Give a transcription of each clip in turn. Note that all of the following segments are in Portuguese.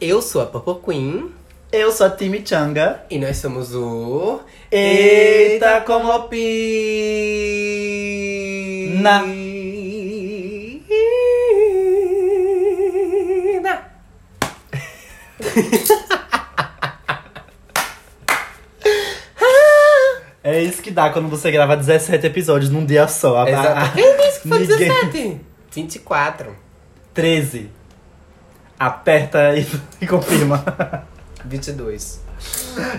Eu sou a Purple Queen Eu sou a Timmy Changa. e nós somos o. Eita, como pi. Na. É isso que dá quando você grava 17 episódios num dia só. A Exato. Quem disse que foi Ninguém- 17? 24. 13. Aperta e, e confirma. 22.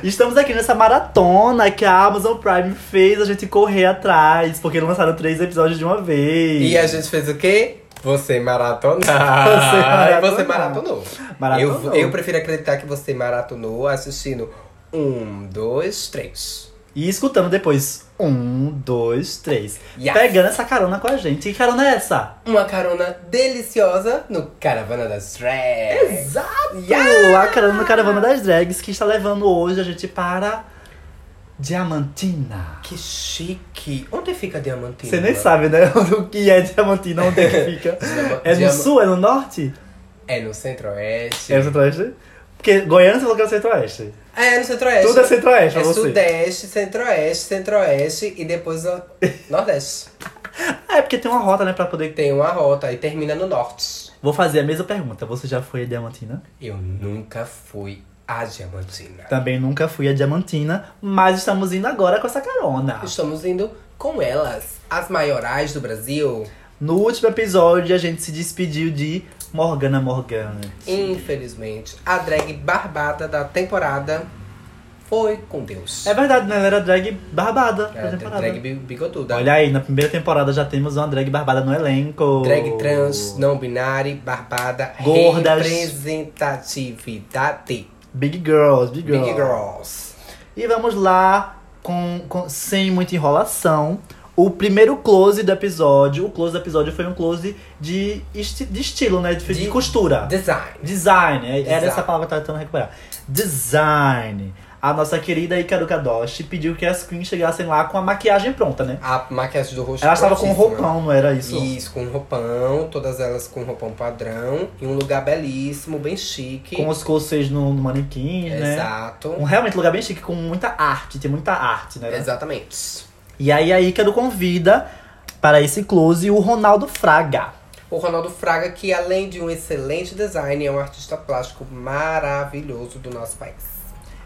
Estamos aqui nessa maratona que a Amazon Prime fez a gente correr atrás, porque lançaram três episódios de uma vez. E a gente fez o quê? Você maratonar. maratonar. E Você maratonou. Maratonou. Eu, eu prefiro acreditar que você maratonou assistindo um, dois, três. E escutando depois. Um, dois, três. Yes. Pegando essa carona com a gente. Que carona é essa? Uma carona deliciosa no Caravana das Drags. Exato! Yeah! A carona no Caravana das Drags que está levando hoje a gente para Diamantina. Que chique. Onde fica a Diamantina? Você nem sabe, né? O que é Diamantina, onde é que fica. Diama- É no Diama- sul? É no norte? É no Centro-Oeste. É no centro-oeste? Porque Goiânia você falou que é o centro-oeste. É no Centro-Oeste. Tudo é centro-oeste pra É você. Sudeste, Centro-Oeste, Centro-Oeste e depois o Nordeste. Ah, É porque tem uma rota, né, pra poder... Tem uma rota e termina no Norte. Vou fazer a mesma pergunta. Você já foi a Diamantina? Eu nunca fui a Diamantina. Também nunca fui a Diamantina, mas estamos indo agora com essa carona. Estamos indo com elas, as maiorais do Brasil. No último episódio, a gente se despediu de Morgana Morgana. Infelizmente, a drag barbada da temporada foi com Deus. É verdade, né? Ela era drag barbada É, na temporada. drag bi- bigoduda. Olha aí, na primeira temporada já temos uma drag barbada no elenco. Drag trans, não binária, barbada, Oh. Gordas. representatividade. Big girls, big girls. Big girls. E vamos lá, com, com- sem muita enrolação. O primeiro close do episódio, o close do episódio foi um close de, esti- de estilo, né? De, de De- costura. Design. Design, é- era Design. essa palavra que eu tava tentando recuperar. Design. A nossa querida Ikaru Kadoshi pediu que as queens chegassem lá com a maquiagem pronta, né? A maquiagem do rosto. Ela estava com um prontíssima. roupão, não era isso? Isso, com um roupão, todas elas com um roupão padrão, em um lugar belíssimo, bem chique. Com os corsês no, no manequim, né? Exato. Um, realmente lugar bem chique, com muita arte, tem muita arte, né? Exatamente. E aí a Ícaro convida para esse close o Ronaldo Fraga. O Ronaldo Fraga, que além de um excelente design, é um artista plástico maravilhoso do nosso país.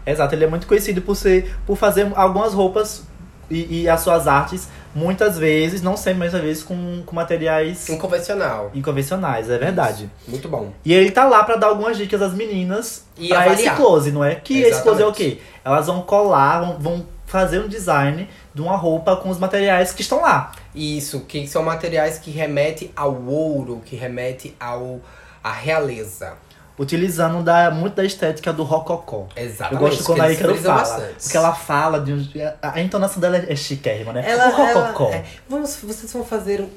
Exato, ele é muito conhecido por ser, por fazer algumas roupas e, e as suas artes, muitas vezes, não sempre, mas às vezes com, com materiais Um convencional. inconvencionais, é verdade. Muito bom. E ele tá lá pra dar algumas dicas às meninas E pra avaliar. esse close, não é? Que esse close é o Exatamente. quê? Elas vão colar, vão- vão fazer um design de uma roupa com os materiais que estão lá. Isso, que são materiais que remetem ao ouro, que remetem ao à realeza. utilizando da, muito da estética do rococó. Exatamente. Eu gosto quando Ah, que a eles Ícaro frisam fala, bastante. porque ela fala de um, a, a entonação dela é chiquérrima, né? Ela, o rococó. ela- é, vamos, vocês vão fazer um-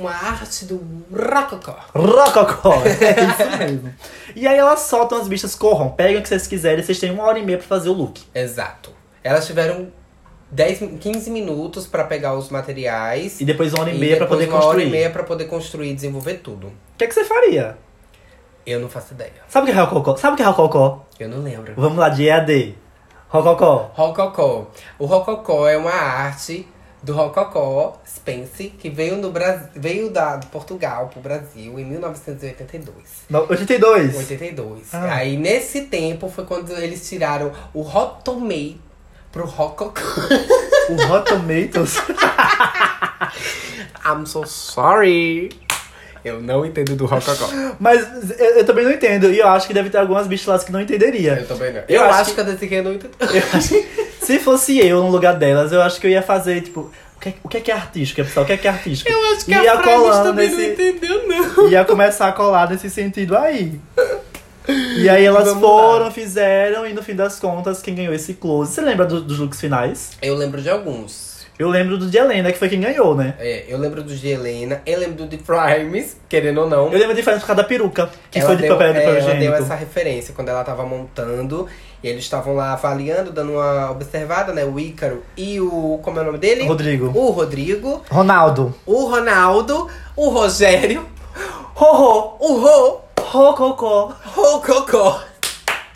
uma arte do rococó. Rococó, é isso mesmo. E aí elas soltam as bichas, corram, pegam o que vocês quiserem, vocês têm uma hora e meia pra fazer o look. Exato. Elas tiveram 10, mi- 15 minutos pra pegar os materiais. E depois uma hora e, meia pra depois poder uma hora e construir. meia pra poder construir e desenvolver tudo. O que, é que você faria? Eu não faço ideia. Sabe o que é rococó? Sabe o que é rococó? Eu não lembro. Vamos lá, de EAD. Rococó. Rococó. O rococó é uma arte do rococó Spence, que veio, no Bra... veio da de Portugal pro Brasil em 1982. No- 82. 82. Ah. Aí nesse tempo foi quando eles tiraram o Rotomei pro rococó. O Hot Tomatoes. I'm so sorry. Eu não entendo do rococó. Mas eu, eu também não entendo. E eu acho que deve ter algumas bichas lá que não entenderia. Eu também não. Eu, Eu acho, acho que a desenhei não entendo. Eu acho que- Se fosse eu no lugar delas, eu acho que eu ia fazer, tipo, o que é, o que, é que é artístico, pessoal? O que é que é artístico? Eu acho que ia a Frases colando também não esse- entendeu, não. Ia começar a colar nesse sentido aí. E aí elas Vamos foram, fizeram, e no fim das contas, quem ganhou esse close? Você lembra do- dos looks finais? Eu lembro de alguns. Eu lembro do de Helena, que foi quem ganhou, né? É, eu lembro do de Helena, eu lembro do de Primes, querendo ou não. Eu lembro de diferença por causa da peruca, que Ela foi de deu- papel de é, papel Ela deu higiênico. essa referência quando ela tava montando. E eles estavam lá avaliando, dando uma observada, né? O Ícaro e o. Como é o nome dele? Rodrigo. O Rodrigo, Ronaldo. o Ronaldo, o Rogério, Ho, ho. o Rô, Ho, cocô. Rococó.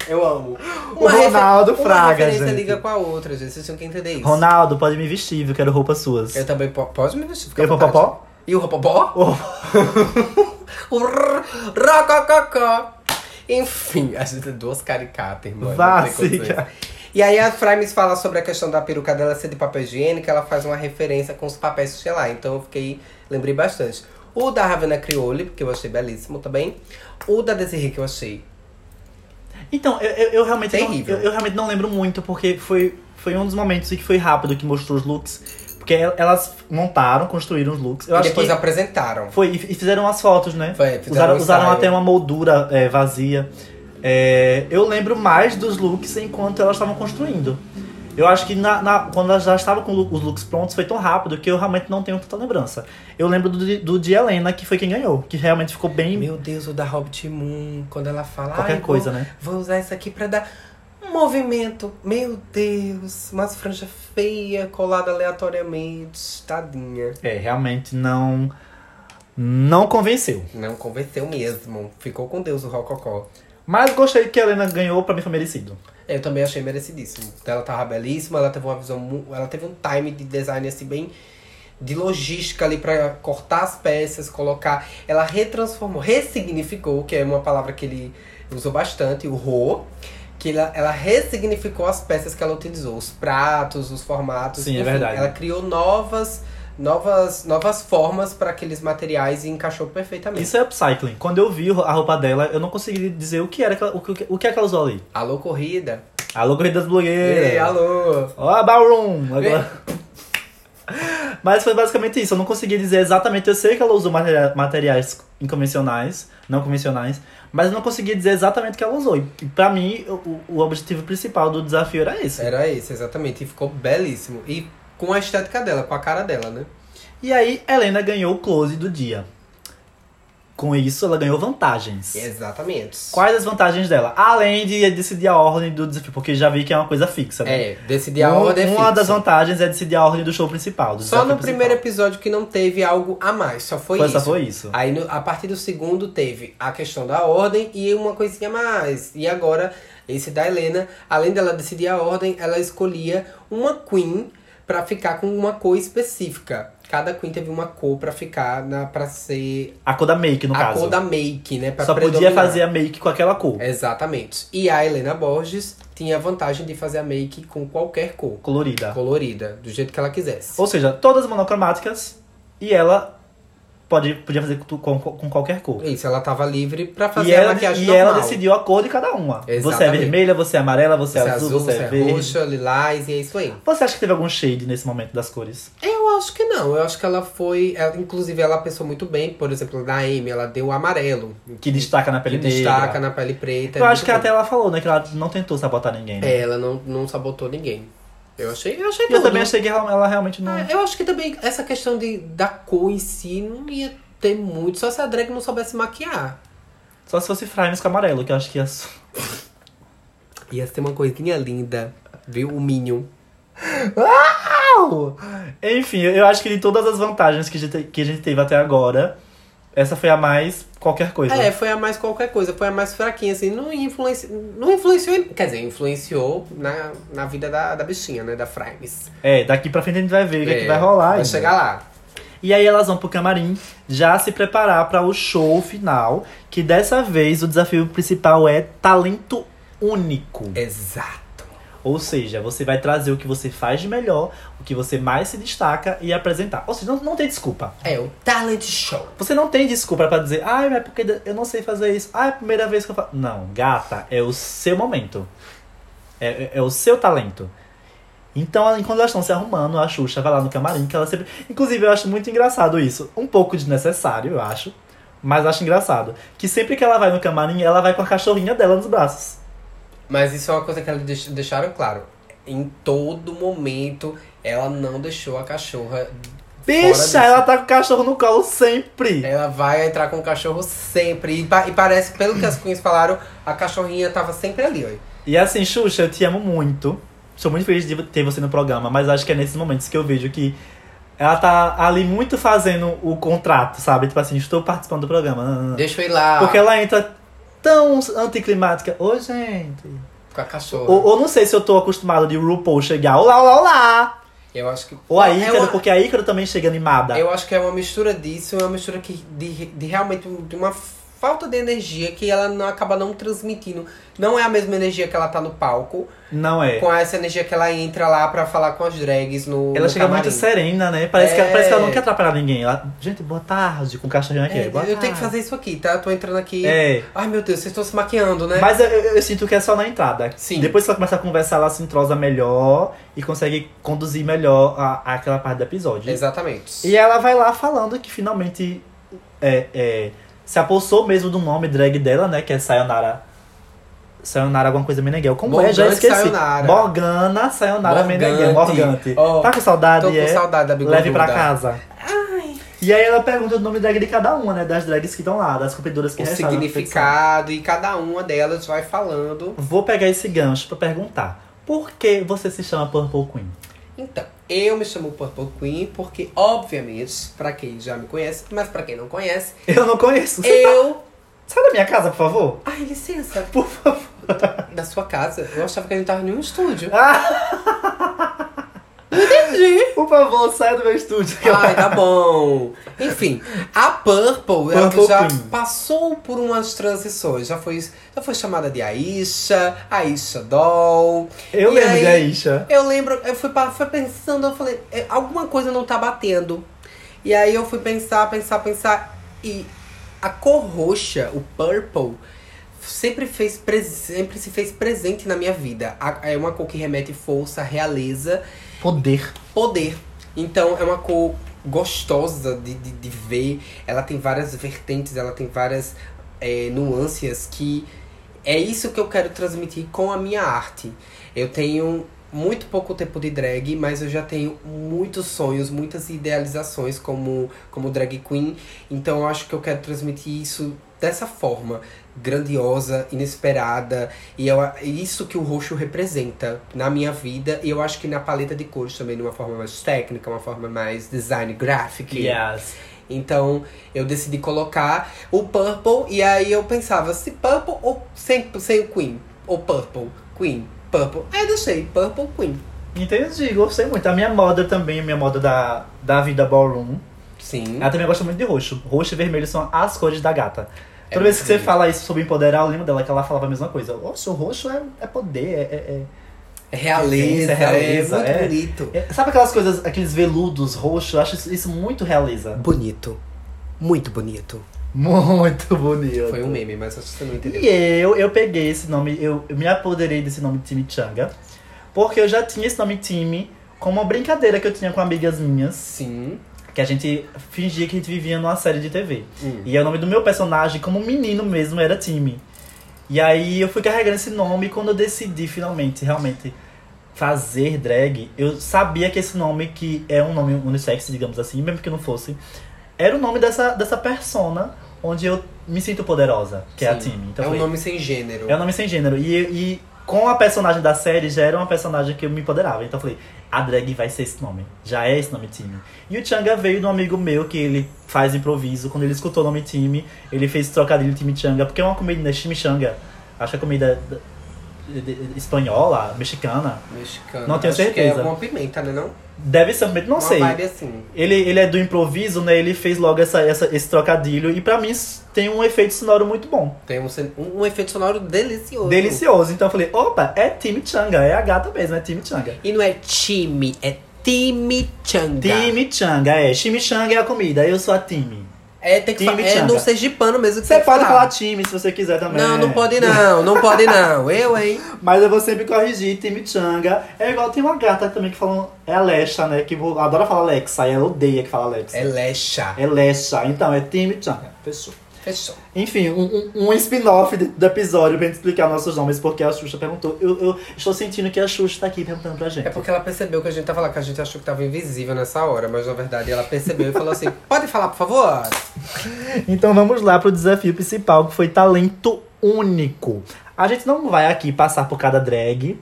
Eu amo. O Ronaldo refe- Fraga, Uma referência gente. liga com a outra, gente. Vocês tinham que entender isso. Ronaldo, pode me vestir, eu quero roupas suas. Eu também po posso me vestir. fica E à o vontade. popopó? E o popopó? O- O rrr- rocococó. Enfim, a gente tem duas caricatas, irmã. não Vá, tem condições. siga. E aí a Frames fala sobre a questão da peruca dela ser de papel higiênico, ela faz uma referência com os papéis lá. Então eu fiquei, lembrei bastante. O da Ravena Crioli, que eu achei belíssimo também. O da Desirê, que eu achei. Então, eu, eu, eu realmente não, Terrível. eu, eu realmente não lembro muito, porque foi, foi um dos momentos em que foi rápido que mostrou os looks. Porque el- elas montaram, construíram os looks. Eu e acho depois que apresentaram. foi, e e fizeram as fotos, né? Foi, fizeram usaram um usaram ensaio. até uma moldura é, vazia. É, eu lembro mais dos looks enquanto elas estavam construindo. Eu acho que na, na- quando elas já estavam com lu- os looks prontos, foi tão rápido que eu realmente não tenho tanta lembrança. Eu lembro do, de- do de Helena, que foi quem ganhou, que realmente ficou bem Meu Deus, o da Hobbit Moon, quando ela fala. qualquer "Ai, vou- coisa, né? Vou usar isso aqui pra dar um movimento. Meu Deus, umas franjas feias, colada aleatoriamente. Tadinha. É, realmente não. Não convenceu. Não convenceu mesmo. Ficou com Deus o Rococó. Mas gostei que a Helena ganhou, pra mim foi merecido. Eu também achei merecidíssimo. Ela tava belíssima, ela teve uma visão. mu- Ela teve um time de design assim bem. De logística ali pra cortar as peças, colocar. Ela retransformou, ressignificou, que é uma palavra que ele usou bastante, o ro. Que ela, ela ressignificou as peças que ela utilizou, os pratos, os formatos. Sim, é verdade. Ela criou novas, novas, novas formas para aqueles materiais e encaixou perfeitamente. Isso é upcycling. Quando eu vi a roupa dela, eu não consegui dizer o que era que ela- o que, o que é que ela usou ali. Alô, corrida! Alô, Corrida das Blogueiras! Ei, É, alô! Ó, a Ballroom! Agora... Mas foi basicamente isso. Eu não consegui dizer exatamente. Eu sei que ela usou materia- materiais inconvencionais, não convencionais, mas eu não consegui dizer exatamente o que ela usou. E e pra mim, o, o objetivo principal do desafio era esse. Era esse, exatamente. E ficou belíssimo. E com a estética dela, com a cara dela, né? E aí, Helena ganhou o close do dia. Com isso, ela ganhou vantagens. Exatamente. Quais as vantagens dela? Além de decidir a ordem do desafio, porque já vi que é uma coisa fixa, né? É, decidi a Um- ordem Uma fixa. das vantagens é decidir a ordem do show principal. do Só desafio no principal. primeiro episódio que não teve algo a mais, só foi Foi, isso. só foi isso. Aí no- a partir do segundo teve a questão da ordem e uma coisinha a mais. E agora, esse da Helena, além dela decidir a ordem, ela escolhia uma queen pra ficar com uma cor específica. Cada queen teve uma cor pra ficar na para ser A cor da make, no a caso. cor da make, né, Pra Só podia predominar. É. fazer a make com aquela cor. Exatamente. E a Helena Borges tinha a vantagem de fazer a make com qualquer cor, Colorida. colorida, do jeito que ela quisesse. Tá. Ou seja, todas monocromáticas e ela pode, podia fazer com, com- com qualquer cor. É Isso, ela tava livre pra fazer E, a ela, maquiagem e normal. ela decidiu a cor de cada uma. Você é Exatamente. vermelha, você é amarela, você, é azul, você é verde. roxa, lilás, e é isso aí. Você acha que teve algum shade nesse momento das cores? Eu acho que não, eu acho que ela foi... ela- inclusive, ela pensou muito bem, por exemplo, na Amy, ela deu o amarelo. Que destaca na Que pele negra? destaca na pele preta. Eu é acho muito que bom. até ela falou, né? Que ela não tentou sabotar ninguém. né? É, ela não, não sabotou ninguém. Eu achei, eu achei E eu tudo. também achei que ela, ela realmente não. É, Eu acho que também essa questão de, da cor em si não ia ter muito, só se a drag não soubesse maquiar. Só se fosse Frames com amarelo, que eu acho que ia. su- Ia ser uma coisinha linda, viu? O Minion. Au! Enfim, eu acho que de todas as vantagens que a gente, que a gente teve até agora, essa foi a mais qualquer coisa. É, foi a mais qualquer coisa, foi a mais fraquinha, assim, não, influenci... não influenciou, em- quer dizer, influenciou na, na vida da, da bichinha, né, da Frames. É, daqui pra frente a gente vai ver o que, é que É, vai rolar. Vai ainda. chegar lá. E aí elas vão pro camarim já se preparar pra o show final, que dessa vez o desafio principal é talento único. Exato. Ou seja, você vai trazer o que você faz de melhor, o que você mais se destaca e apresentar. Ou seja, não, não tem desculpa. É o Talent Show. Você não tem desculpa pra dizer, ai, mas é porque eu não sei fazer isso, ah, é a primeira vez que eu faço. Não, gata, é o seu momento. É, é- é o seu talento. Então, enquanto elas estão se arrumando, a Xuxa vai lá no camarim, que ela sempre. Inclusive, eu acho muito engraçado isso. Um pouco desnecessário, eu acho. Mas acho engraçado. Que sempre que ela vai no camarim, ela vai com a cachorrinha dela nos braços. Mas isso é uma coisa que eles deix- deixaram claro. Em todo momento, ela não deixou a cachorra. disso. Bicha, ela tá com o cachorro no colo sempre. Ela vai entrar com o cachorro sempre. E, pa- e parece, pelo que as queens falaram, a cachorrinha tava sempre ali, ó. E assim, Xuxa, eu te amo muito. Sou muito feliz de ter você no programa, mas acho que é nesses momentos que eu vejo que ela tá ali muito fazendo o contrato, sabe? Tipo assim, estou participando do programa. nananã. Deixa eu ir lá. Porque ela entra tão anticlimática. Ô, gente. Com a cachorra. Ou, ou não sei se eu tô acostumado de RuPaul chegar. Olá, olá, olá! Eu acho que. Ou a É Ícaro, uma- porque a Ícaro também chega animada. Eu acho que é uma mistura disso, é uma mistura que de, de realmente um- de uma falta de energia que ela não acaba não transmitindo. Não é a mesma energia que ela tá no palco, Não é. com essa energia que ela entra lá pra falar com as drags no. Ela no chega camarim. muito serena, né? Parece, que ela, É. parece que ela não quer atrapalhar ninguém. Ela, gente, boa tarde, com o cachorrinho aqui. É, boa eu tenho que tarde. fazer isso aqui, tá? Eu tô entrando aqui. né, É. Ai meu Deus, vocês estão se maquiando, né? Mas eu, eu- eu sinto que é só na entrada. Sim. Depois que ela começa a conversar, ela se entrosa melhor e consegue conduzir melhor a, aquela parte do episódio. Exatamente. E ela vai lá falando que finalmente é, é, se apossou mesmo do nome drag dela, né? Que é Sayonara. Sayonara, alguma coisa Meneghel. Como é? Já Morgante esqueci. Sayonara. Morgana Sayonara Morgante. Meneghel. Morgante. Ó, tá com saudade? Tô com é? saudade da bigoduda. Leve pra casa. E aí ela pergunta o nome drag de cada uma, né? Das drags que estão lá, das competidoras que O restaram na significado e cada uma delas vai falando. competição. Vou pegar esse gancho pra perguntar. Por que você se chama Purple Queen? Então, eu me chamo Purple Queen porque, obviamente, pra quem já me conhece, mas pra quem não conhece, Eu não conheço. Você tá- eu. Sai da minha casa, por favor. Ai, licença. Por favor. Da sua casa. Eu achava que a gente tava em um estúdio. Ah, É, Entendi. por favor, saia do meu estúdio. Ai, tá bom. Enfim, a Purple, ela Purple já Queen. passou por umas transições. Já foi, já foi chamada de Aisha, Aisha Doll. Eu E lembro aí- da Isha. Eu lembro, eu fui, pa- fui pensando, eu falei, "É, alguma coisa não tá batendo. E aí eu fui pensar, pensar, pensar. E a cor roxa, o purple, sempre, fez pres- sempre se fez presente na minha vida. A- É uma cor que remete força, realeza, Poder. poder. Então é uma cor gostosa de, de, de ver. Ela tem várias vertentes, ela tem várias é, nuances que é isso que eu quero transmitir com a minha arte. Eu tenho muito pouco tempo de drag, mas eu já tenho muitos sonhos, muitas idealizações como, como drag queen. Então eu acho que eu quero transmitir isso dessa forma, grandiosa, inesperada. E eu, é isso que o roxo representa na minha vida. E eu acho que na paleta de cores também, de uma forma mais técnica, uma forma mais design graphic. é Yes. Então eu decidi colocar o Purple e aí eu pensava se Purple ou sem, sem o Queen. Ou Purple, Queen, Purple. Aí eu deixei Purple, Queen. Entendi, gostei muito. A minha moda também, a minha moda da, da vida ballroom. Sim. Ela também gosta muito de roxo. Roxo e vermelho são as cores da gata. É Toda vez que muito você bonito. fala isso sobre empoderar, eu lembro dela que ela falava a mesma coisa. Nossa, o roxo é, é poder, é- É Realeza, É realeza, é muito é. bonito. é- é- é. Sabe aquelas coisas, aqueles veludos roxo? Eu acho isso, isso muito realeza. Bonito. Muito bonito. Muito bonito. Foi um meme, mas acho que você não entendeu. E eu, eu peguei esse nome, eu eu me apoderei desse nome Time Changa, porque eu já tinha esse nome Time com uma brincadeira que eu tinha com amigas minhas, Sim. que a gente fingia que a gente vivia numa série de TV. Hum. E é o nome do meu personagem, como menino mesmo, era Time. E aí eu fui carregando esse nome e quando eu decidi finalmente, realmente, fazer drag, eu sabia que esse nome, que é um nome unissex, digamos assim, mesmo que não fosse, era o nome dessa, dessa persona onde eu me sinto poderosa, que é a Sim. Time. Então é foi- um nome sem gênero. é um nome sem gênero. E, e com a personagem da série já era uma personagem que eu me empoderava. Então eu falei, a drag vai ser esse nome. Já é esse nome time. E o Changa veio de um amigo meu que ele faz improviso. Quando ele escutou o nome time, ele fez trocadilho time Changa, porque é uma comida né, chimichanga. Acho que é comida da- de- de- espanhola, mexicana. Mexicano. Não tenho Acho Que é certeza. alguma pimenta, né? Não? Deve ser, um não uma sei. vibe assim. Ele, ele é do improviso, né? Ele fez logo essa, essa- esse trocadilho. E pra mim isso tem um efeito sonoro muito bom. Tem um, sen- um, um efeito sonoro delicioso. Delicioso. Então eu falei, opa, é time Changa, é a gata mesmo, é time Changa. E não é time, é time-changa. Time Changa, é. Chimichanga é a comida, eu sou a time. É, tem que falar. É Time-changa. no sergipano mesmo que Você pode fala. falar time se você quiser também. é. Não, não pode não, não pode não. Eu, hein? Mas eu vou sempre corrigir, time Changa. É igual tem uma gata também que falam, é Alexa, né? Que vo- adora falar Alexa, e ela odeia que fala Alexa. É lecha. É Alexa, então é time Changa. Fechou. Fechou. Enfim, um, um, um spin-off de- do episódio pra gente explicar nossos nomes, porque a Xuxa perguntou. Eu, eu estou sentindo que a Xuxa tá aqui perguntando pra gente. É porque ela percebeu que a gente tava lá, que a gente achou que tava invisível nessa hora, mas na verdade ela percebeu e falou assim: pode falar, por favor? Então vamos lá pro desafio principal, que foi talento único. A gente não vai aqui passar por cada drag,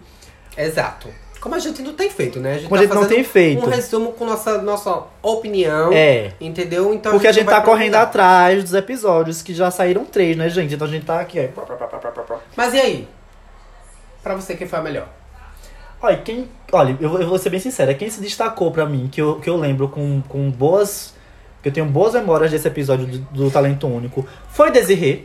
Exato. Como a gente não tem feito, né? A gente Como a gente não fazendo tem feito. Um resumo com nossa, nossa opinião. É. Entendeu? Então Porque a gente não tá vai correndo aprofundar. atrás dos episódios que já saíram três, né, gente? Então a gente tá aqui, ó. Mas e aí? Pra você, quem foi a melhor? Olha, quem. Olha, eu, vou- eu vou ser bem sincera, quem se destacou pra mim, que eu, que eu lembro com, com boas. que eu tenho boas memórias desse episódio do, do Talento Único, foi Desirê,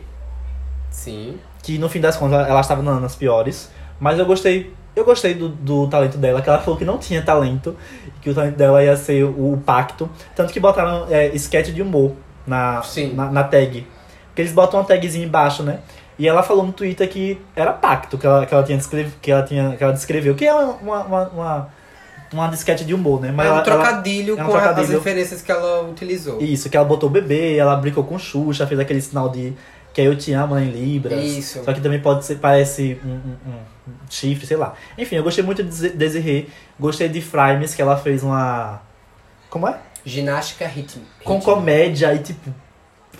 Sim. que no fim das contas ela estava na- nas piores. Mas eu gostei. Eu gostei do, do talento dela, que ela falou que não tinha talento, que o talento dela ia ser o, o pacto. Tanto que botaram é, sketch de humor na, Sim. na, na tag. Porque eles botam uma tagzinha embaixo, né? E ela falou no Twitter que era pacto que ela, que ela, tinha, descrev, que ela, tinha, que ela descreveu. Que é uma, uma, uma, uma, uma sketch de humor, né? Mas é um ela- ela- trocadilho é um com a- as trocadilho. referências que ela utilizou. isso, que ela botou o bebê, ela brincou com Xuxa, fez aquele sinal de que eu te amo né, em Libras. Isso. Só que também pode ser, parece um, um- um chifre, sei lá. Enfim, eu gostei muito de Desi- Desirê. Gostei de Frimes, que ela fez uma. Como é? Ginástica rítmica. Com comédia e tipo.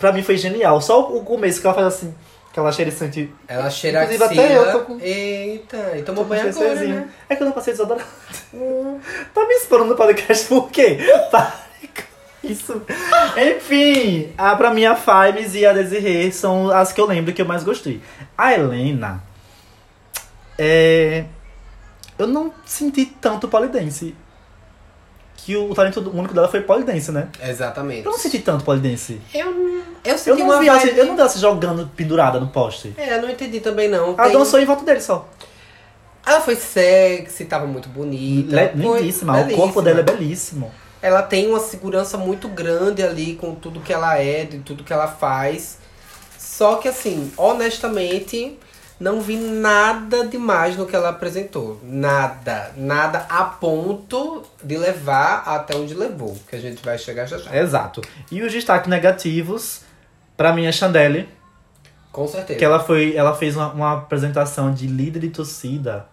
Pra mim foi genial. Só o começo que ela faz assim, que ela cheira sente. Ela cheira a Inclusive, até axila. eu tô com- Eita, e tô tomou com banho agora, cheirzinho. né? Hum. É que eu não passei desodorante. tá me expondo no podcast por quê? Uh! Pare com isso. Enfim, a, pra mim a Fimes e a Desirê são as que eu lembro que eu mais gostei. A Helena. É. Eu não senti tanto polidense. Que o talento do- único dela foi polidense, né? Exatamente. Eu não senti tanto polidense. Eu, não- eu Eu senti não uma vi ela, se- vibe- eu não vi ela se jogando pendurada no poste. É, eu não entendi também não. Ela Tem- dançou em volta dele só. Ela foi sexy, tava muito bonita. Le- foi lindíssima. O corpo belíssima. dela é belíssimo. Ela tem uma segurança muito grande ali com tudo que ela é, de tudo que ela faz. Só que assim, honestamente, não vi nada demais no que ela apresentou. Nada. Nada a ponto de levar até onde levou. Que a gente vai chegar já já. Exato. E os destaques negativos, pra mim, é Chandelle, Com certeza. que ela foi. Ela fez uma, uma apresentação de líder de torcida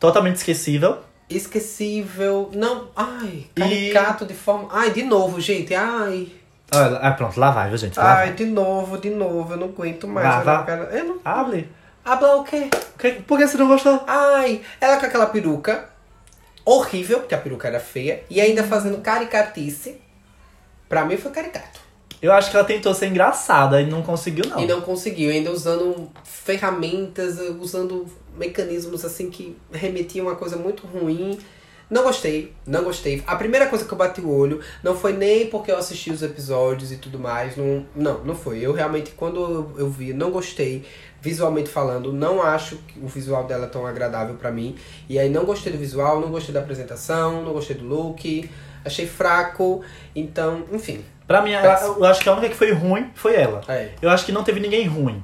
totalmente esquecível. Esquecível. Não. Ai, E- caricato de forma. Ai, de novo, gente. Ai. Ah, ah, pronto, lá vai, viu, gente? Lá Ai, vai. de novo, de novo. Eu não aguento mais. Vá, olhar vá. pra cara- Eu não. Abre. Habla o quê? Que- Por que você não gostou? Ai, ela com aquela peruca horrível, porque a peruca era feia, e ainda fazendo caricatice. Pra mim foi caricato. Eu acho que ela tentou ser engraçada e não conseguiu, não. E não conseguiu, ainda usando ferramentas, usando mecanismos assim que remetiam a uma coisa muito ruim. Não gostei, não gostei. A primeira coisa que eu bati o olho não foi nem porque eu assisti os episódios e tudo mais. Não, não, não foi. Eu realmente, quando eu, eu vi, não gostei. Visualmente falando, não acho que o visual dela é tão agradável pra mim. E aí não gostei do visual, não gostei da apresentação, não gostei do look. Achei fraco. Então, enfim. Pra mim, ela- eu acho que a única que foi ruim foi ela. É. Eu acho que não teve ninguém ruim.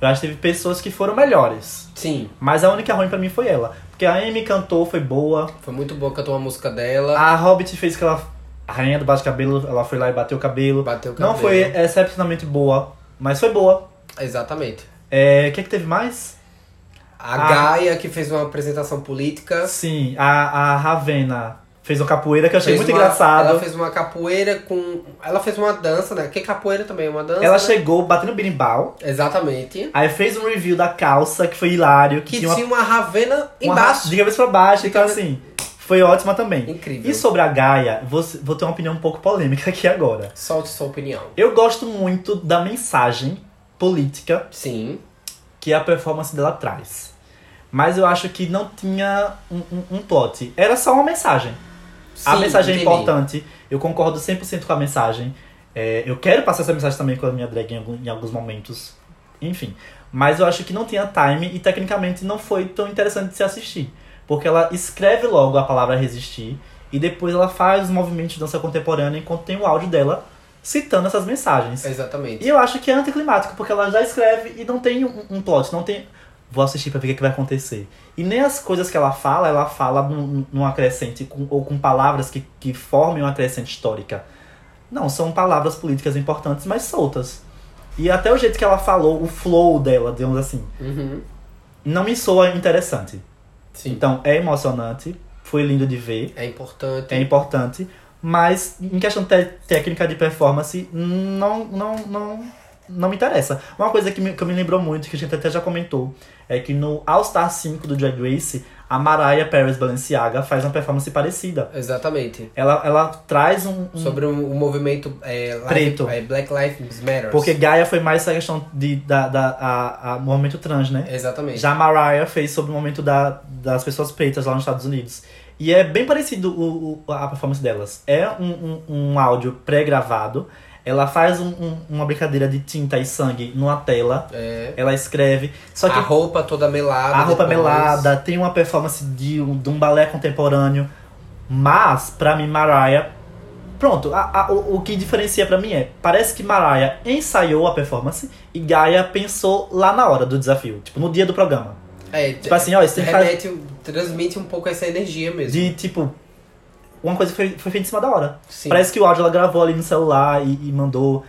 Eu acho que teve pessoas que foram melhores. Sim, Mas a única ruim pra mim foi ela. Porque a Amy cantou, foi boa. foi muito bom cantou uma música dela. A Hobbit fez que ela. A rainha do bate-cabelo, ela foi lá e bateu o cabelo. Bateu o Não cabelo. foi excepcionalmente boa, mas foi boa. Exatamente. É, o que, que teve mais? A Ah. Gaia, que fez uma apresentação política. Sim, a, a Ravena fez uma capoeira que eu achei fez muito uma- engraçado. Ela Ela, fez uma capoeira com. Ela fez uma dança, né? Que capoeira também é uma dança. né? chegou batendo berimbau, Exatamente. aí fez um review da calça, que foi hilário, que, Que tinha uma, tinha uma Ravena uma embaixo. de cabeça pra baixo, De então cabeça- assim, foi ótima também. Incrível. E sobre a Gaia, vou, vou ter uma opinião um pouco polêmica aqui agora. Solte sua opinião. Eu gosto muito da mensagem política Sim. que é a performance dela traz. Mas eu acho que não tinha um, um, um plot. Era só uma mensagem. a Sim, mensagem é entendi. importante. Eu concordo 100% com a mensagem. É, eu quero passar essa mensagem também com a minha drag em, algum- em alguns momentos. Enfim. Mas eu acho que não tinha time e tecnicamente não foi tão interessante de se assistir. Porque ela escreve logo a palavra resistir e depois ela faz os movimentos de dança contemporânea enquanto tem o áudio dela citando essas mensagens. Exatamente. E eu acho que é anticlimático, porque ela já escreve e não tem um, um plot, não tem. Vou assistir pra ver o que que vai acontecer. E nem as coisas que ela fala, ela fala num, num acrescente, com- ou com palavras que, que formem uma acrescente histórica. Não, são palavras políticas importantes, mas soltas. E até o jeito que ela falou, o flow dela, digamos assim, Uhum. não me soa interessante. Sim. Então, é emocionante, foi lindo de ver É importante. é importante, mas em questão te- técnica de performance, não, não, não, não me interessa. Uma coisa que me, que me lembrou muito, que a gente até já comentou, é que no All Star 5 do Drag Race, a Mariah Paris Balenciaga faz uma performance parecida. Exatamente. Ela, ela traz um, um- Sobre o, o movimento é, life- Preto. é, Black Lives Matter. Porque Gaia foi mais essa questão de, da, da, a, a movimento trans, É. né? Exatamente. Já Mariah fez sobre o momento da, das pessoas pretas lá nos Estados Unidos. E é bem parecido o, o- a performance delas. É um, um, um áudio pré-gravado. Ela faz um- um- uma brincadeira de tinta e sangue numa tela. É. Ela escreve. Só que a roupa toda melada. a roupa é depois. melada, tem uma performance de um, de um balé contemporâneo. Mas, pra mim, Mariah. Pronto, a- a- o, o que diferencia pra mim é: parece que Mariah ensaiou a performance e Gaia pensou lá na hora do desafio, tipo, no dia do programa. É, Tipo assim, ó, isso tem que fazer. remete, transmite um pouco essa energia mesmo. De tipo. Uma coisa foi, foi feita em cima da hora. Sim. Parece que o áudio ela gravou ali no celular e, e mandou.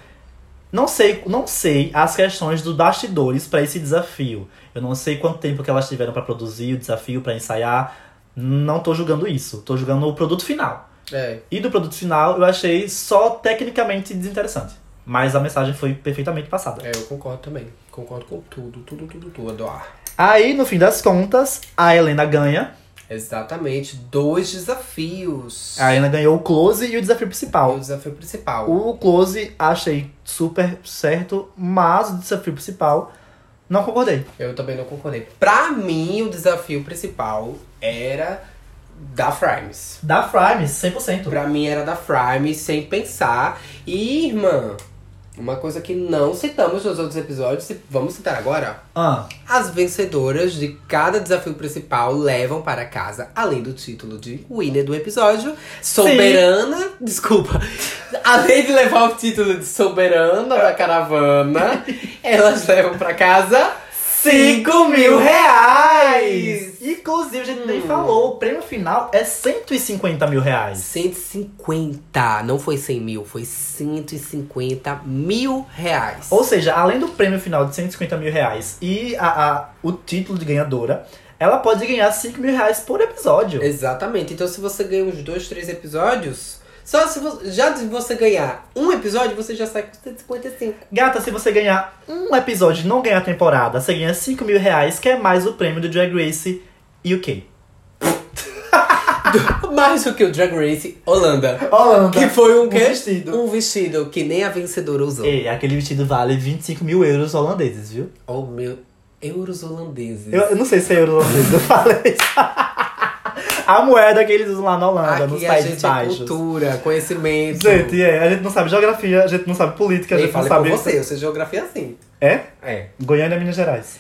Não sei, não sei as questões dos bastidores pra esse desafio. Eu não sei quanto tempo que elas tiveram pra produzir o desafio, pra ensaiar. Não tô julgando isso. Tô julgando o produto final. É. E do produto final eu achei só tecnicamente desinteressante. Mas a mensagem foi perfeitamente passada. é, eu concordo também. Concordo com tudo, tudo, tudo, tudo. Ó. Aí, no fim das contas, a Helena ganha. Exatamente. Dois desafios. A Helena ganhou o close e o desafio principal. o desafio principal. O close achei super certo, mas o desafio principal não concordei. Eu também não concordei. Pra mim, o desafio principal era da Frimes. Da Prime, 100%. Pra mim era da Prime, sem pensar. E, irmã, uma coisa que não citamos nos outros episódios, e vamos citar agora. Ah, As vencedoras de cada desafio principal levam para casa, além do título de winner do episódio, soberana. Desculpa. Além de levar o título de soberana da caravana, elas levam para casa 5 mil reais! Inclusive, a gente nem Hum. falou, o prêmio final é 150 mil reais. 150, não foi 100 mil, foi 150 mil reais. Ou seja, além do prêmio final de 150 mil reais e a, a- o título de ganhadora, ela pode ganhar 5 mil reais por episódio. Exatamente. Então, se você ganha uns dois, três episódios, só se você, já de você ganhar um episódio, você já sai com 155. Gata, se você ganhar um episódio e não ganhar a temporada, você ganha 5 mil reais, que é mais o prêmio do Drag Race UK. Mais do que o Drag Race Holanda. Holanda. Que foi um, Um quê? vestido. É. Um vestido que nem a vencedora usou. Ei, aquele vestido vale 25 mil euros holandeses, viu? Oh, meu. Euros holandeses. Eu, eu não sei se é euro holandês, eu falei isso. A moeda que eles usam lá na Holanda, nos Aqui a Países gente é Baixos. cultura, conhecimento. Gente, é, a gente não sabe geografia, a gente não sabe política, a Eu gente não falei sabe. por você, eu sei geografia assim. É? É. Goiânia, Minas Gerais.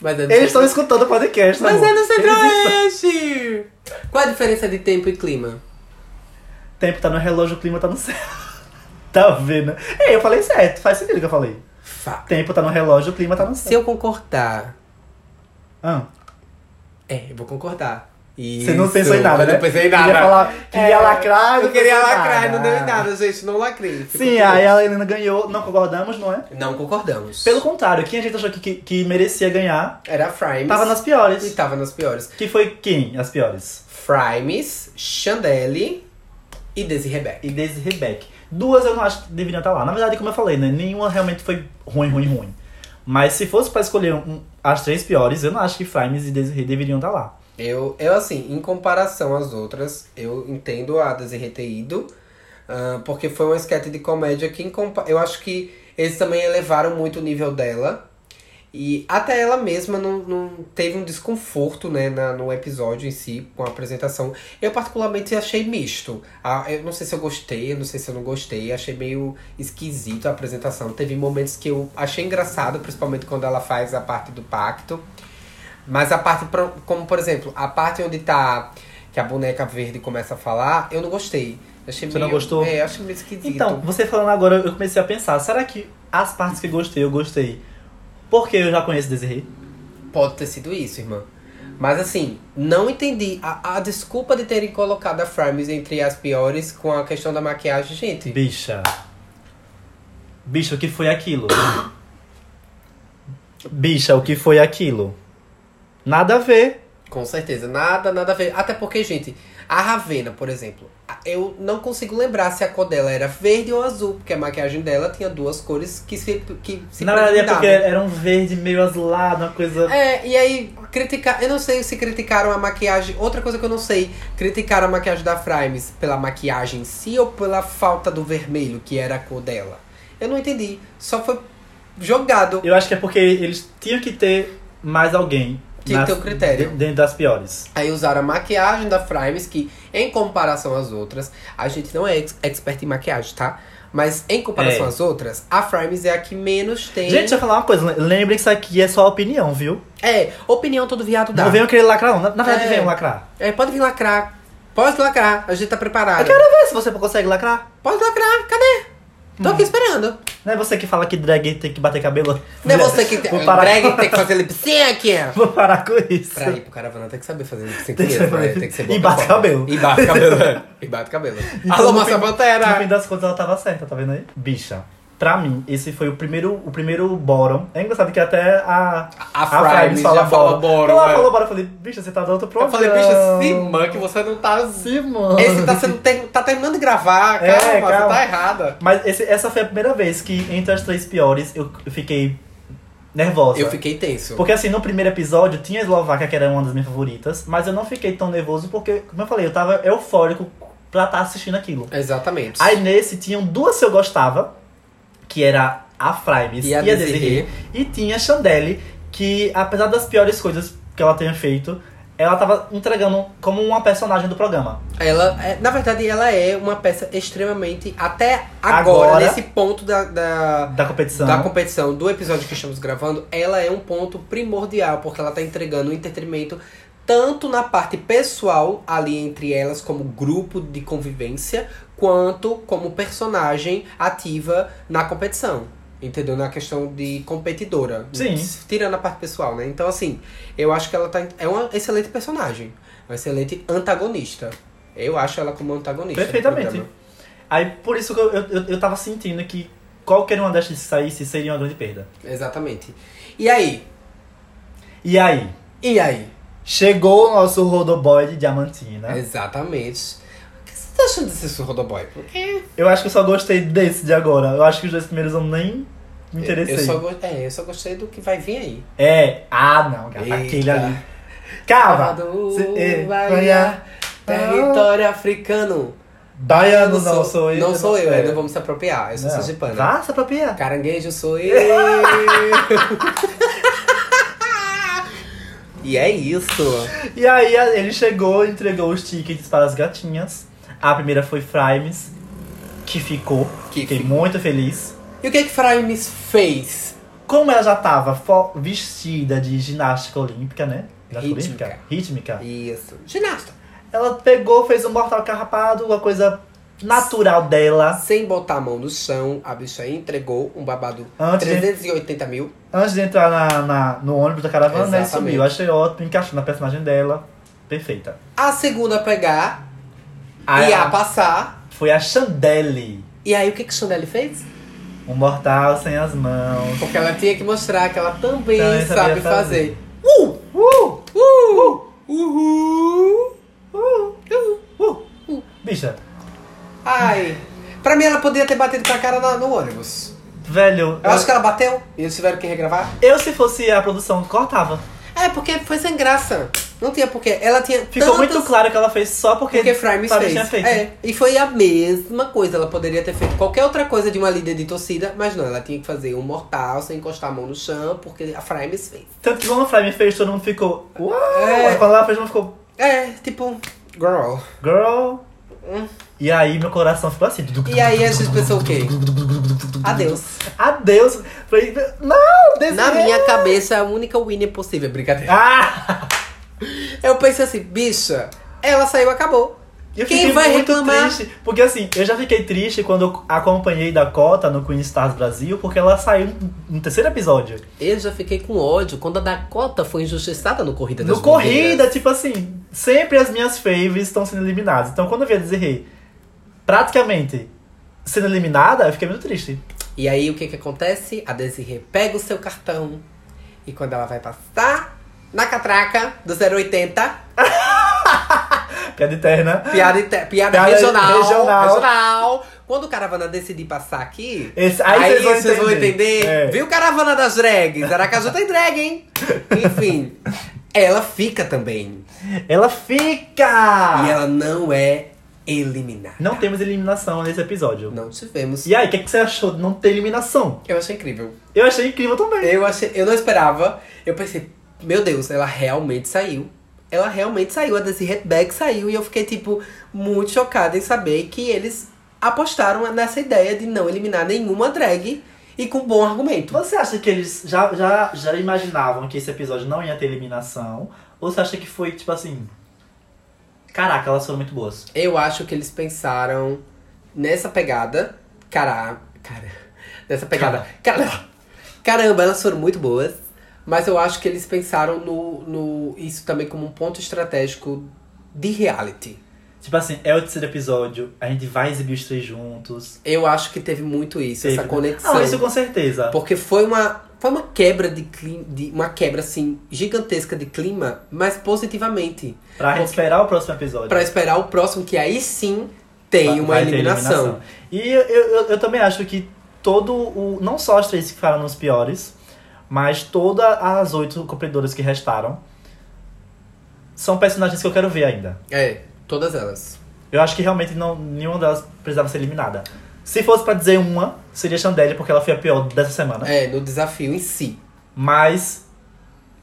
Mas é do Eles estão centro- escutando o podcast, Mas amor. é no Eles- Centro-Oeste! Qual a diferença de tempo e clima? O tempo tá no relógio, o clima tá no céu. tá vendo? Ei, eu falei certo, faz sentido o que eu falei. Fá. O tempo tá no relógio, o clima tá no Se céu. eu concordar, Ah, É, eu vou concordar. Isso. você não pensou em nada, Eu né? não pensei em nada. Queria, falar, queria É, lacrar, Eu não queria pensou em lacrar e não deu em nada, gente. Não lacrei. Fico Sim, feliz. aí a Helena ganhou, não concordamos, não é? Não concordamos. Pelo contrário, quem a gente achou que, que, que merecia ganhar Era a Frimes. tava nas E piores. tava nas piores. Que foi quem? As piores? Frimes, Chandelle e Desi Rebeca. E Daisy Rebeck. Duas eu não acho que deveriam estar lá. Na verdade, como eu falei, né? Nenhuma realmente foi ruim, ruim, ruim. Mas se fosse pra escolher um- as três piores, eu não acho que Frimes e Desiree deveriam estar lá. Eu, eu, assim, em comparação às outras, eu entendo a Desirê ter ido. ah, porque foi uma esquete de comédia que, em compa- eu acho que eles também elevaram muito o nível dela. E até ela mesma não, não teve um desconforto, né, na- no episódio em si, com a apresentação. Eu particularmente achei misto. Ah, eu não sei se eu gostei, eu não sei se eu não gostei. Achei meio esquisito a apresentação. Teve momentos que eu achei engraçado, principalmente quando ela faz a parte do pacto. Mas a parte, pro- como por exemplo, a parte onde tá que a boneca verde começa a falar, eu não gostei. Achei Você meio, não gostou? É, achei meio esquisito. Então, você falando agora, eu comecei a pensar, será que as partes que eu gostei, eu gostei? Porque eu já conheço Desiree. Pode ter sido isso, irmã. Mas assim, não entendi a, a desculpa de terem colocado a Frames entre as piores com a questão da maquiagem, gente. Bicha. Bicha, o que foi aquilo? Bicha, o que foi aquilo? Nada a ver. Com certeza, nada, nada a ver. Até porque, gente, a Ravena, por exemplo, a- eu não consigo lembrar se a cor dela era verde ou azul, porque a maquiagem dela tinha duas cores que se que se né? Na verdade é predominavam. porque era um verde meio azulado, uma coisa. É, e aí criticar, eu não sei se criticaram a maquiagem. Outra coisa que eu não sei, criticaram a maquiagem da Frames pela maquiagem em si ou pela falta do vermelho, que era a cor dela. Eu não entendi, só foi jogado. Eu acho que é porque eles tinham que ter mais alguém. Tinha que ter um critério. de- Dentro das piores. Aí usaram a maquiagem da Frames, que em comparação às outras, a gente não é ex expert em maquiagem, tá? Mas em comparação É. às outras, a Frames é a que menos tem. Gente, deixa eu falar uma coisa. Lembrem que isso aqui é só opinião, viu? É, opinião todo viado dá. Não venham querer lacrar, não. Na, na verdade, É. venham lacrar. É, pode vir lacrar. Pode lacrar, a gente tá preparado. Eu quero ver se você consegue lacrar. Pode lacrar, cadê? Tô aqui esperando. Não é você que fala que drag tem que bater cabelo. Não é você que tem, Vou parar, drag tem que fazer lip sync. vou parar com isso. Pra ir pro caravana tem que saber fazer lip sync Tem que mesmo, saber. né? Tem que ser boa E bate pra boa. cabelo. E bate cabelo. é. e bate cabelo. Então, Alô, no Massa fim- No Pantera! fim das contas, ela tava certa, tá vendo aí? Bicha, pra mim, esse foi o primeiro, o primeiro bórum. É engraçado que até a... A Frimes já fala bórum, Ela é. falou bórum, eu falei, bicha, você tá do outro Eu programa. falei, bicha, Simã, que você não tá. Simão. Esse tá, sendo, ter- tá terminando de gravar, calma, É, calma. você tá errada. Mas esse- essa foi a primeira vez que, entre as três piores, eu fiquei nervosa. Eu fiquei tenso. Porque assim, no primeiro episódio tinha a Eslováquia, que era uma das minhas favoritas, mas eu não fiquei tão nervoso porque, como eu falei, eu tava eufórico pra estar assistindo aquilo. Exatamente. Aí nesse tinham duas que eu gostava, que era a Frames E a Desirê. E tinha a Chandelle, que apesar das piores coisas que ela tenha feito, ela tava entregando como uma personagem do programa. Ela, é- na verdade, ela é uma peça extremamente. Até agora, Agora. nesse ponto da- da, Da competição. da competição, do episódio que estamos gravando, ela é um ponto primordial, porque ela tá entregando um entretenimento tanto na parte pessoal, ali entre elas, como grupo de convivência, quanto como personagem ativa na competição. Entendeu? Na questão de competidora. Sim. Tirando a parte pessoal, né? Então, assim, eu acho que ela tá. É uma excelente personagem. É Uma excelente antagonista. Eu acho ela como antagonista. do Perfeitamente. programa. Aí por isso que eu, eu, eu, eu tava sentindo que qualquer uma destas que saísse seria uma grande perda. Exatamente. E aí? E aí? E aí? Chegou o nosso rodoboy de Diamantina. É. Exatamente. O que você tá achando desse surrodoboy? Porque Eu acho que eu só gostei desse de agora. Eu acho que os dois primeiros eu nem me interessei. eu só, go- é, eu só gostei do que vai vir aí. É. Ah, não, gata. Eita. Aquele ali. Cava. Salvador, Ah, Se- é, Bahia, território africano. Baiano Eu Ah, não sou eu. né? É. Não sou eu, eu não vou me se apropriar. Eu sou Não. sergipana. Vá, se apropria. Caranguejo sou eu. e é isso. E aí a- ele chegou, entregou os tickets para as gatinhas. A primeira foi Frames, que ficou. Que Fiquei ficou. muito feliz. E o que é que Fraimes fez? Como ela já tava fo- vestida de ginástica olímpica, né? Ginástica Rítmica. olímpica? Rítmica. Isso. Ginasta. Ela pegou, fez um mortal carrapado, uma coisa natural dela. Sem botar a mão no chão, a bicha entregou um babado Antes de- 380 mil. Antes de entrar na, na- no ônibus da caravana, né, Exatamente. subiu. Achei ótimo, encaixou na personagem dela. Perfeita. A segunda a pegar e Aí a a- passar. Foi a Chandelle. E aí o que que Chandelle fez? Um mortal sem as mãos. Porque ela tinha que mostrar que ela também Também sabe fazer. sabia fazer. Uh! Uh! Uh! Uhul! Uh! Uhul! Uh! Bicha, Ai. Pra mim ela poderia ter batido com a cara na- no ônibus. velho. Eu acho que ela bateu e eles tiveram que regravar. eu, se fosse a produção, cortava. É, porque foi sem graça. Não tinha porquê. Ela tinha Ficou tantas- muito claro que ela fez só porque, Porque Frames Fábio fez. tinha feito. É, e foi a mesma coisa. Ela poderia ter feito qualquer outra coisa de uma líder de torcida, mas não, ela tinha que fazer um mortal sem encostar a mão no chão, porque a Frames fez. Tanto que quando a Frames fez, todo mundo ficou. Uau! É. Aí Quando ela fez, todo mundo ficou. É, tipo, girl. Girl! E aí meu coração ficou assim. Hum. E aí a gente pensou o quê? Adeus. Adeus! Falei, não, desviei. Na minha cabeça, é a única winner possível. Brincadeira. Ah! Eu pensei assim, bicha, ela saiu, acabou. Eu Quem fiquei vai muito reclamar? Triste, porque assim, eu já fiquei triste quando eu acompanhei Dakota no Queen Stars Brasil, porque ela saiu no terceiro episódio. Eu já fiquei com ódio quando a Dakota foi injustiçada no Corrida das No corrida, tipo assim, sempre as minhas faves estão sendo eliminadas. Então quando eu vi a Desirê praticamente sendo eliminada, eu fiquei muito triste. E aí o que que acontece? A Desirê pega o seu cartão e quando ela vai passar na catraca do 080, Piada interna. Piada, inte- piada Piada regional, regional. regional. Quando o Caravana decidir passar aqui, Esse- aí aí, vocês vão vocês vão entender. entender. É. Viu Caravana das Drags? Aracaju tem drag, hein? Enfim, ela fica também. Ela fica! E ela não é eliminada. Não temos eliminação nesse episódio. Não tivemos. E aí, o que, que você achou de não ter eliminação? Eu achei incrível. Eu achei incrível também. Eu, achei, eu não esperava. Eu pensei, meu Deus, ela realmente saiu. Ela realmente saiu, a Desi Redback saiu. E eu fiquei, tipo, muito chocada em saber que eles apostaram nessa ideia de não eliminar nenhuma drag. E com bom argumento. Você acha que eles já, já, já imaginavam que esse episódio não ia ter eliminação? Ou você acha que foi tipo assim. Caraca, elas foram muito boas. Eu acho que eles pensaram nessa pegada. Cara, cara. Nessa pegada. Cara, caramba, elas foram muito boas. Mas eu acho que eles pensaram no, no isso também como um ponto estratégico de reality. Tipo assim, é o terceiro episódio, a gente vai exibir os três juntos. Eu acho que teve muito isso, Teve, essa né? conexão. Ah, isso com certeza. Porque foi uma, foi uma quebra de clima, de, uma quebra assim gigantesca de clima, mas positivamente, Pra gente esperar o próximo episódio. Pra esperar o próximo que aí sim tem Vai- uma vai ter eliminação. E eu, eu, eu também acho que todo o. Não só as três que ficaram nos piores, mas todas as oito competidoras que restaram são personagens que eu quero ver ainda. É, todas elas. Eu acho que realmente não, nenhuma delas precisava ser eliminada. Se fosse pra dizer uma, seria Chandelle, porque ela foi a pior dessa semana. É, no desafio em si. Mas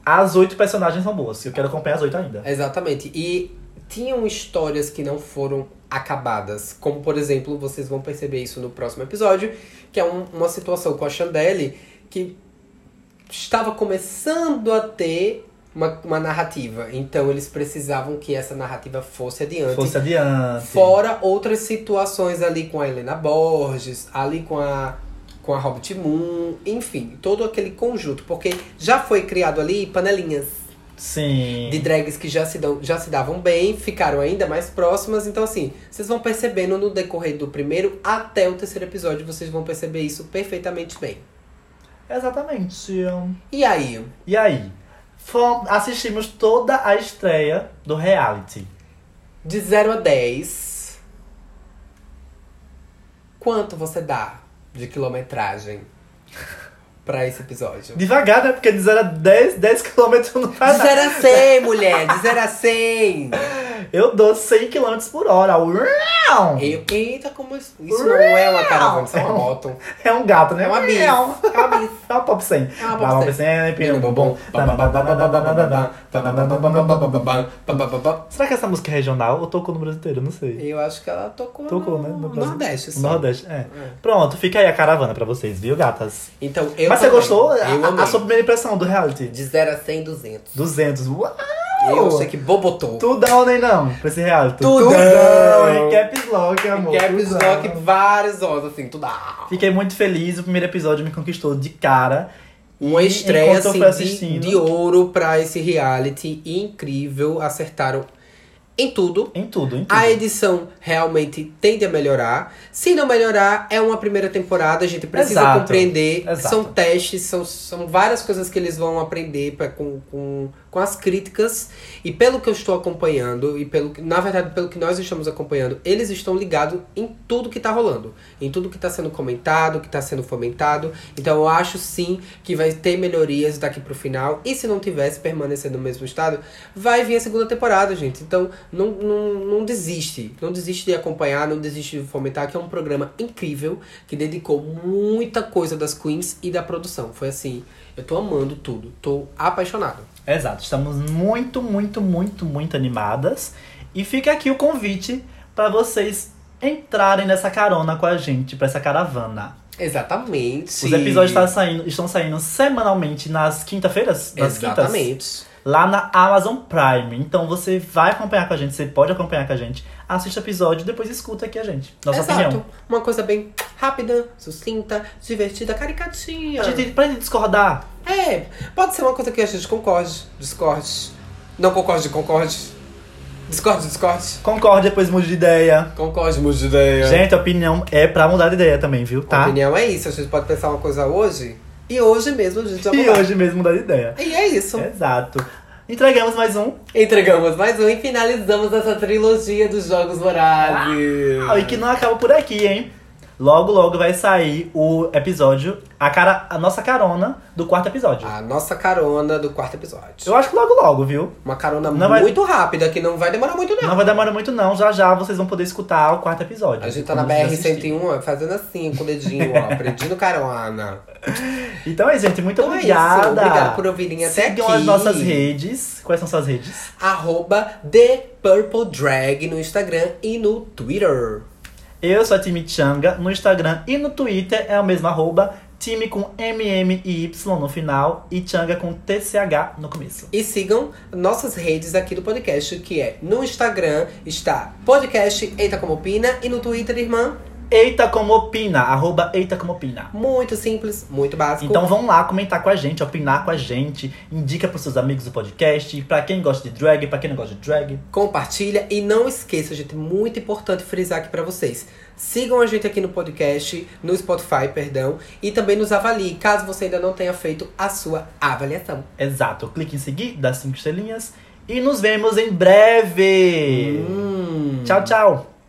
as oito personagens são boas. Eu quero acompanhar as oito ainda. Exatamente. E tinham histórias que não foram acabadas. Como, por exemplo, vocês vão perceber isso no próximo episódio, que é um- uma situação com a Chandelle que estava começando a ter uma, uma narrativa. Então eles precisavam que essa narrativa fosse adiante. Fosse adiante. É, Fora outras situações ali com a Helena Borges, ali com a com a Robert Moon, enfim, todo aquele conjunto, porque já foi criado ali panelinhas Sim. de drags que já se, dão, já se davam bem, ficaram ainda mais próximas. Então, assim, vocês vão percebendo no decorrer do primeiro até o terceiro episódio, vocês vão perceber isso perfeitamente bem. Exatamente. E aí? E aí? Fom- assistimos toda a estreia do reality. De 0 a 10, quanto você dá de quilometragem pra esse episódio? Devagar, né? Porque de 0 a 10, 10 km não De faz nada. 0 a 100, mulher! De 0 a 100! Eu dou 100 km por hora. Uau! Eu, eita, como isso, isso não é uma caravana, isso é uma moto. É um gato, né? É uma bis. É um- É uma bis. é uma pop 100. É uma pop Dá uma 100. pop 100, pino bombom. Será que essa música é regional ou tocou no Brasil inteiro? Não sei. Eu acho que ela tocou, Tocou, no né? No Brasil. Nordeste. só. Nordeste, é. Pronto, fica aí a caravana pra vocês, viu, gatas? Então, eu também. Mas você gostou? Eu A- amei. a, sua primeira impressão do reality? De 0 a 100, 200. 200. Uau! Eu achei que bobotou. Tudão nem não, pra esse reality. Tudão. Em caps lock, amor. Caps Tudão. Lock, é vários olhos, assim, tudo. Fiquei muito feliz, o primeiro episódio me conquistou de cara. Uma E estreia, enquanto eu assim, fui de, assistindo- de ouro pra esse reality. Incrível, acertaram em tudo. Em tudo, em tudo. A edição realmente tende a melhorar. Se não melhorar, é uma primeira temporada, a gente precisa Exato, compreender. exato. São testes, são, são várias coisas que eles vão aprender pra- com, com, com as críticas. E pelo que eu estou acompanhando, e pelo que, na verdade, pelo que nós estamos acompanhando, eles estão ligados em tudo que tá rolando. Em tudo que tá sendo comentado, que tá sendo fomentado. Então eu acho sim que vai ter melhorias daqui tá pro final. E se não tivesse permanecer no mesmo estado, vai vir a segunda temporada, gente. Então não, não, não desiste. Não desiste de acompanhar, não desiste de fomentar, que é um programa incrível que dedicou muita coisa das Queens e da produção. Foi assim, eu tô amando tudo, tô apaixonado. Exato, estamos muito, muito, muito, muito animadas. E fica aqui o convite pra vocês entrarem nessa carona com a gente, pra essa caravana. Exatamente. Os episódios tá saindo- estão saindo semanalmente nas quinta-feiras? Nas quintas? Exatamente. lá na Amazon Prime. Então você vai acompanhar com a gente, você pode acompanhar com a gente, assiste o episódio e depois escuta aqui a gente. Nossa Exato. opinião. Uma coisa bem rápida, sucinta, divertida, caricatinha. A gente, pra gente discordar, É, pode ser uma coisa que a gente concorde, discorde. Não concorde, concorde. Discorde, discorde. concorde, depois mude de ideia. Concorde, mude de ideia. Gente, a opinião é pra mudar de ideia também, viu? A Tá? opinião é isso, a gente pode pensar uma coisa hoje e hoje mesmo a gente vai E é mudar. hoje mesmo mudar de ideia. E é isso. Exato. Entregamos mais um. Entregamos mais um e finalizamos essa trilogia dos Jogos Vorazes. Ah, e que não acaba por aqui, hein? Logo, logo vai sair o episódio, a, cara, a nossa carona do quarto episódio. A nossa carona do quarto episódio. Eu acho que logo, logo, viu? Uma carona Não vai- muito rápida, que não vai demorar muito não. Não vai demorar muito, não. Já já vocês vão poder escutar o quarto episódio. A gente tá na Quando vocês assistirem. BR-101 ó, fazendo assim, com o dedinho, ó. Prendindo carona. Então é isso, gente. Muito Então é isso. obrigada. Obrigado por ouvirem até Sigam aqui. as nossas redes. Quais são suas redes? Arroba The Purple Drag no Instagram e no Twitter. Eu sou a Time Changa no Instagram e no Twitter é o mesmo arroba. Time com MM e Y no final e Changa com TCH no começo. E sigam nossas redes aqui do podcast, que é no Instagram está podcast Eita Como Opina e no Twitter, irmã. Eita como opina, arroba Eita como opina. Muito simples, muito básico. Então vão lá comentar com a gente, opinar com a gente, indica pros seus amigos o podcast, pra quem gosta de drag, pra quem não gosta de drag. compartilha e não esqueça, gente, muito importante frisar aqui pra vocês. Sigam a gente aqui no podcast, no Spotify, perdão, e também nos avalie, caso você ainda não tenha feito a sua avaliação. Exato, clique em seguir, dá cinco estrelinhas e nos vemos em breve. Hum. Tchau, tchau.